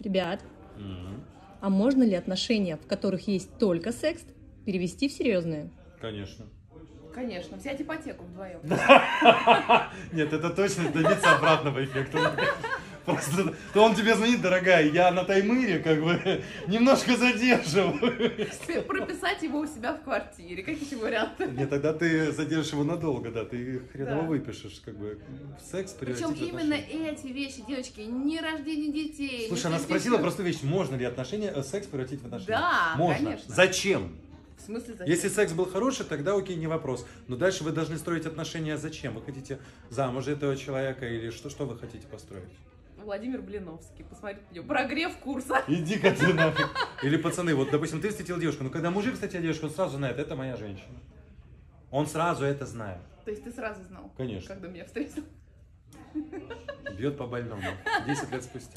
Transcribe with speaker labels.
Speaker 1: Ребят,
Speaker 2: Мгм.
Speaker 1: а можно ли отношения, в которых есть только секс, перевести в серьезные?
Speaker 2: Конечно.
Speaker 3: Конечно, взять ипотеку вдвоем.
Speaker 2: Нет, это точно добиться обратного эффекта. Просто то он тебе звонит, дорогая, я на таймыре как бы немножко задерживаюсь.
Speaker 3: Прописать его у себя в квартире. Какие еще варианты?
Speaker 2: Нет, тогда ты задержишь его надолго, да, ты хреново
Speaker 3: Да.
Speaker 2: выпишешь, как бы в секс
Speaker 3: Причем
Speaker 2: превратить в
Speaker 3: именно э,
Speaker 2: отношения.
Speaker 3: эти вещи, девочки, не рождение детей. не
Speaker 2: Слушай, она
Speaker 3: предыдущие-
Speaker 2: спросила простую вещь, можно ли отношения, э, секс превратить в отношения?
Speaker 3: Да,
Speaker 2: Можно.
Speaker 3: конечно.
Speaker 2: Зачем?
Speaker 3: В смысле зачем?
Speaker 2: Если секс был хороший, тогда окей, не вопрос. Но дальше вы должны строить отношения а зачем? Вы хотите замуж за этого человека или что, что вы хотите построить?
Speaker 3: Владимир Блиновский, посмотрите на него. Прогрев курса.
Speaker 2: Иди-ка ты нафиг. Или пацаны, вот, допустим, ты встретил девушку, но когда мужик встретил девушку, он сразу знает, это моя женщина. Он сразу это знает.
Speaker 3: То есть ты сразу знал,
Speaker 2: Конечно.
Speaker 3: когда меня встретил?
Speaker 2: Бьет по больному. 10 лет спустя.